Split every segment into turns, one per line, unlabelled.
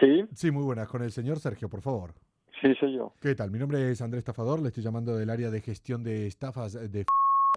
Sí,
Sí, muy buenas. Con el señor Sergio, por favor.
sí, soy yo.
¿Qué tal? Mi nombre es Andrés Estafador, le estoy llamando del área de gestión de estafas de... F-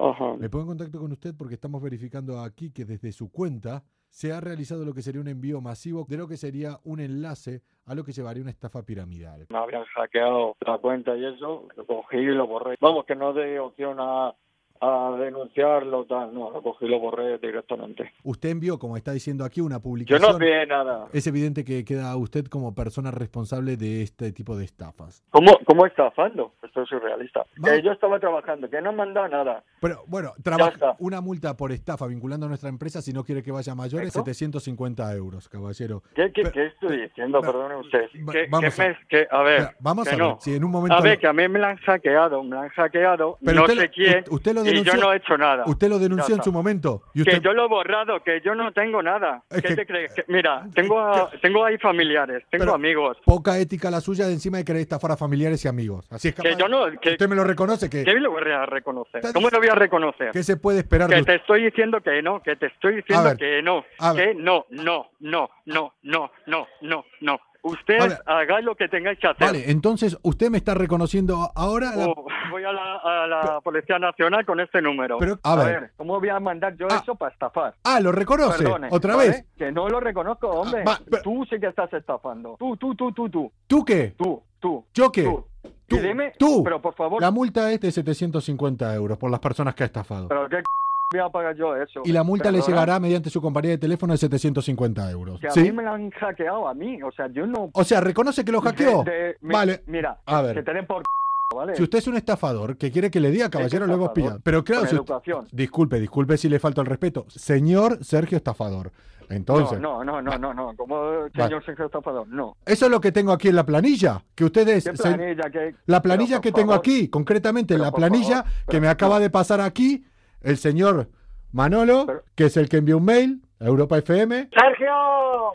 Ajá.
Me pongo en contacto con usted porque estamos verificando aquí que desde su cuenta se ha realizado lo que sería un envío masivo de lo que sería un enlace a lo que llevaría una estafa piramidal.
Me habían hackeado la cuenta y eso, lo cogí y lo borré. Vamos, que no de opción a, a denunciarlo, tal, no, lo cogí y lo borré directamente.
Usted envió, como está diciendo aquí, una
Yo
publicación.
no vi nada.
Es evidente que queda usted como persona responsable de este tipo de estafas.
¿Cómo, cómo estafando? Esto es surrealista.
Vamos.
Que yo estaba trabajando, que no han mandado nada.
Pero bueno,
Ya
trabaja
está.
una multa por estafa vinculando a nuestra empresa si no quiere que vaya mayor es
¿Eso?
750 euros, caballero.
¿Qué, qué,
Pero-
qué estoy diciendo?
pero-
Perdone usted.
va-
¿Qué,
vamos
qué
a-
me- qué- a ver,
Pero vamos
que
a ver
no.
si en un momento...
A ver,
lo-
que a mí me la han hackeado, me la han hackeado,
Pero
no
usted lo-
sé quién,
u- usted lo
y yo
denunció-
no he hecho nada.
usted lo denunció
Ya
en
está.
su momento. Y
Que
usted...
yo lo he borrado, que yo no tengo nada.
Es
¿Qué
que-
te crees? Que- mira, tengo, a- tengo ahí familiares, tengo
Pero-
amigos.
Poca ética la suya de encima de querer estafar a familiares y amigos. Así es
Que
capaz-
yo no, que,
Usted me lo reconoce, que,
que lo voy a reconocer.
Está
¿Cómo lo voy a reconocer?
¿qué se puede esperar de
Que te
usted?
estoy diciendo que no, que te estoy
A
diciendo
ver,
que no,
a ver.
que no, no, no, no, no, no, no, no.
A
Ustedes
ver.
hagáis lo que tengáis que hacer.
Vale, entonces usted me está reconociendo ahora... la-
O voy a la, a la Policía Nacional con este número.
Pero, a ver.
¿cómo voy a mandar yo
Ah.
eso para estafar?
Ah, lo reconoce.
Perdone, ¿Eh?
Otra
¿vale?
vez. Ah,
Que no lo reconozco, hombre.
va, pero-
Tú sí que estás estafando. Tú, tú, tú, tú, tú,
¿Tú qué?
tú, tú.
¿Yo qué?
Tú.
Tú,
Y dime,
tú.
pero por favor,
La multa es de 750 euros por las personas que ha estafado.
pero qué c- voy a pagar yo eso.
y la multa le
Perdona,
llegará mediante su compañía de teléfono de 750 euros.
Que a mí
¿Sí?
me la han hackeado a mí, o sea, yo no
O sea, reconoce que lo hackeó.
De- de- mi-
Vale.
Mira,
A
que
ver,
te den por c- ¿vale?
si usted es un estafador que quiere que le diga caballero,
Es
lo hemos
estafador.
pillado. Pero claro,
Con
si usted-
educación.
disculpe, disculpe si le falta el respeto. Señor Sergio Estafador. Entonces,
no, no, no, no, no, no, como señor Sergio Estafador, no.
eso es lo que tengo aquí en la planilla. Que ustedes.
¿Qué
se-
planilla que-
la planilla
Pero, por
que tengo
favor,
aquí, concretamente,
Pero,
la
por
planilla
favor,
que
pero-
me acaba de pasar aquí, el señor Manolo,
Pero-
que es el que envió un mail a Europa FM.
¡Sergio!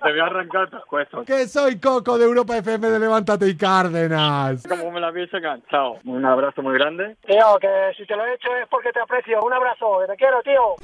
Te voy a arrancar tus cuestos.
Que soy Coco de Europa FM de Levántate y Cárdenas.
Como me la hubiese enganchado. Un abrazo muy grande.
Tío, que si te lo he hecho es porque te aprecio. Un abrazo, que te quiero, tío.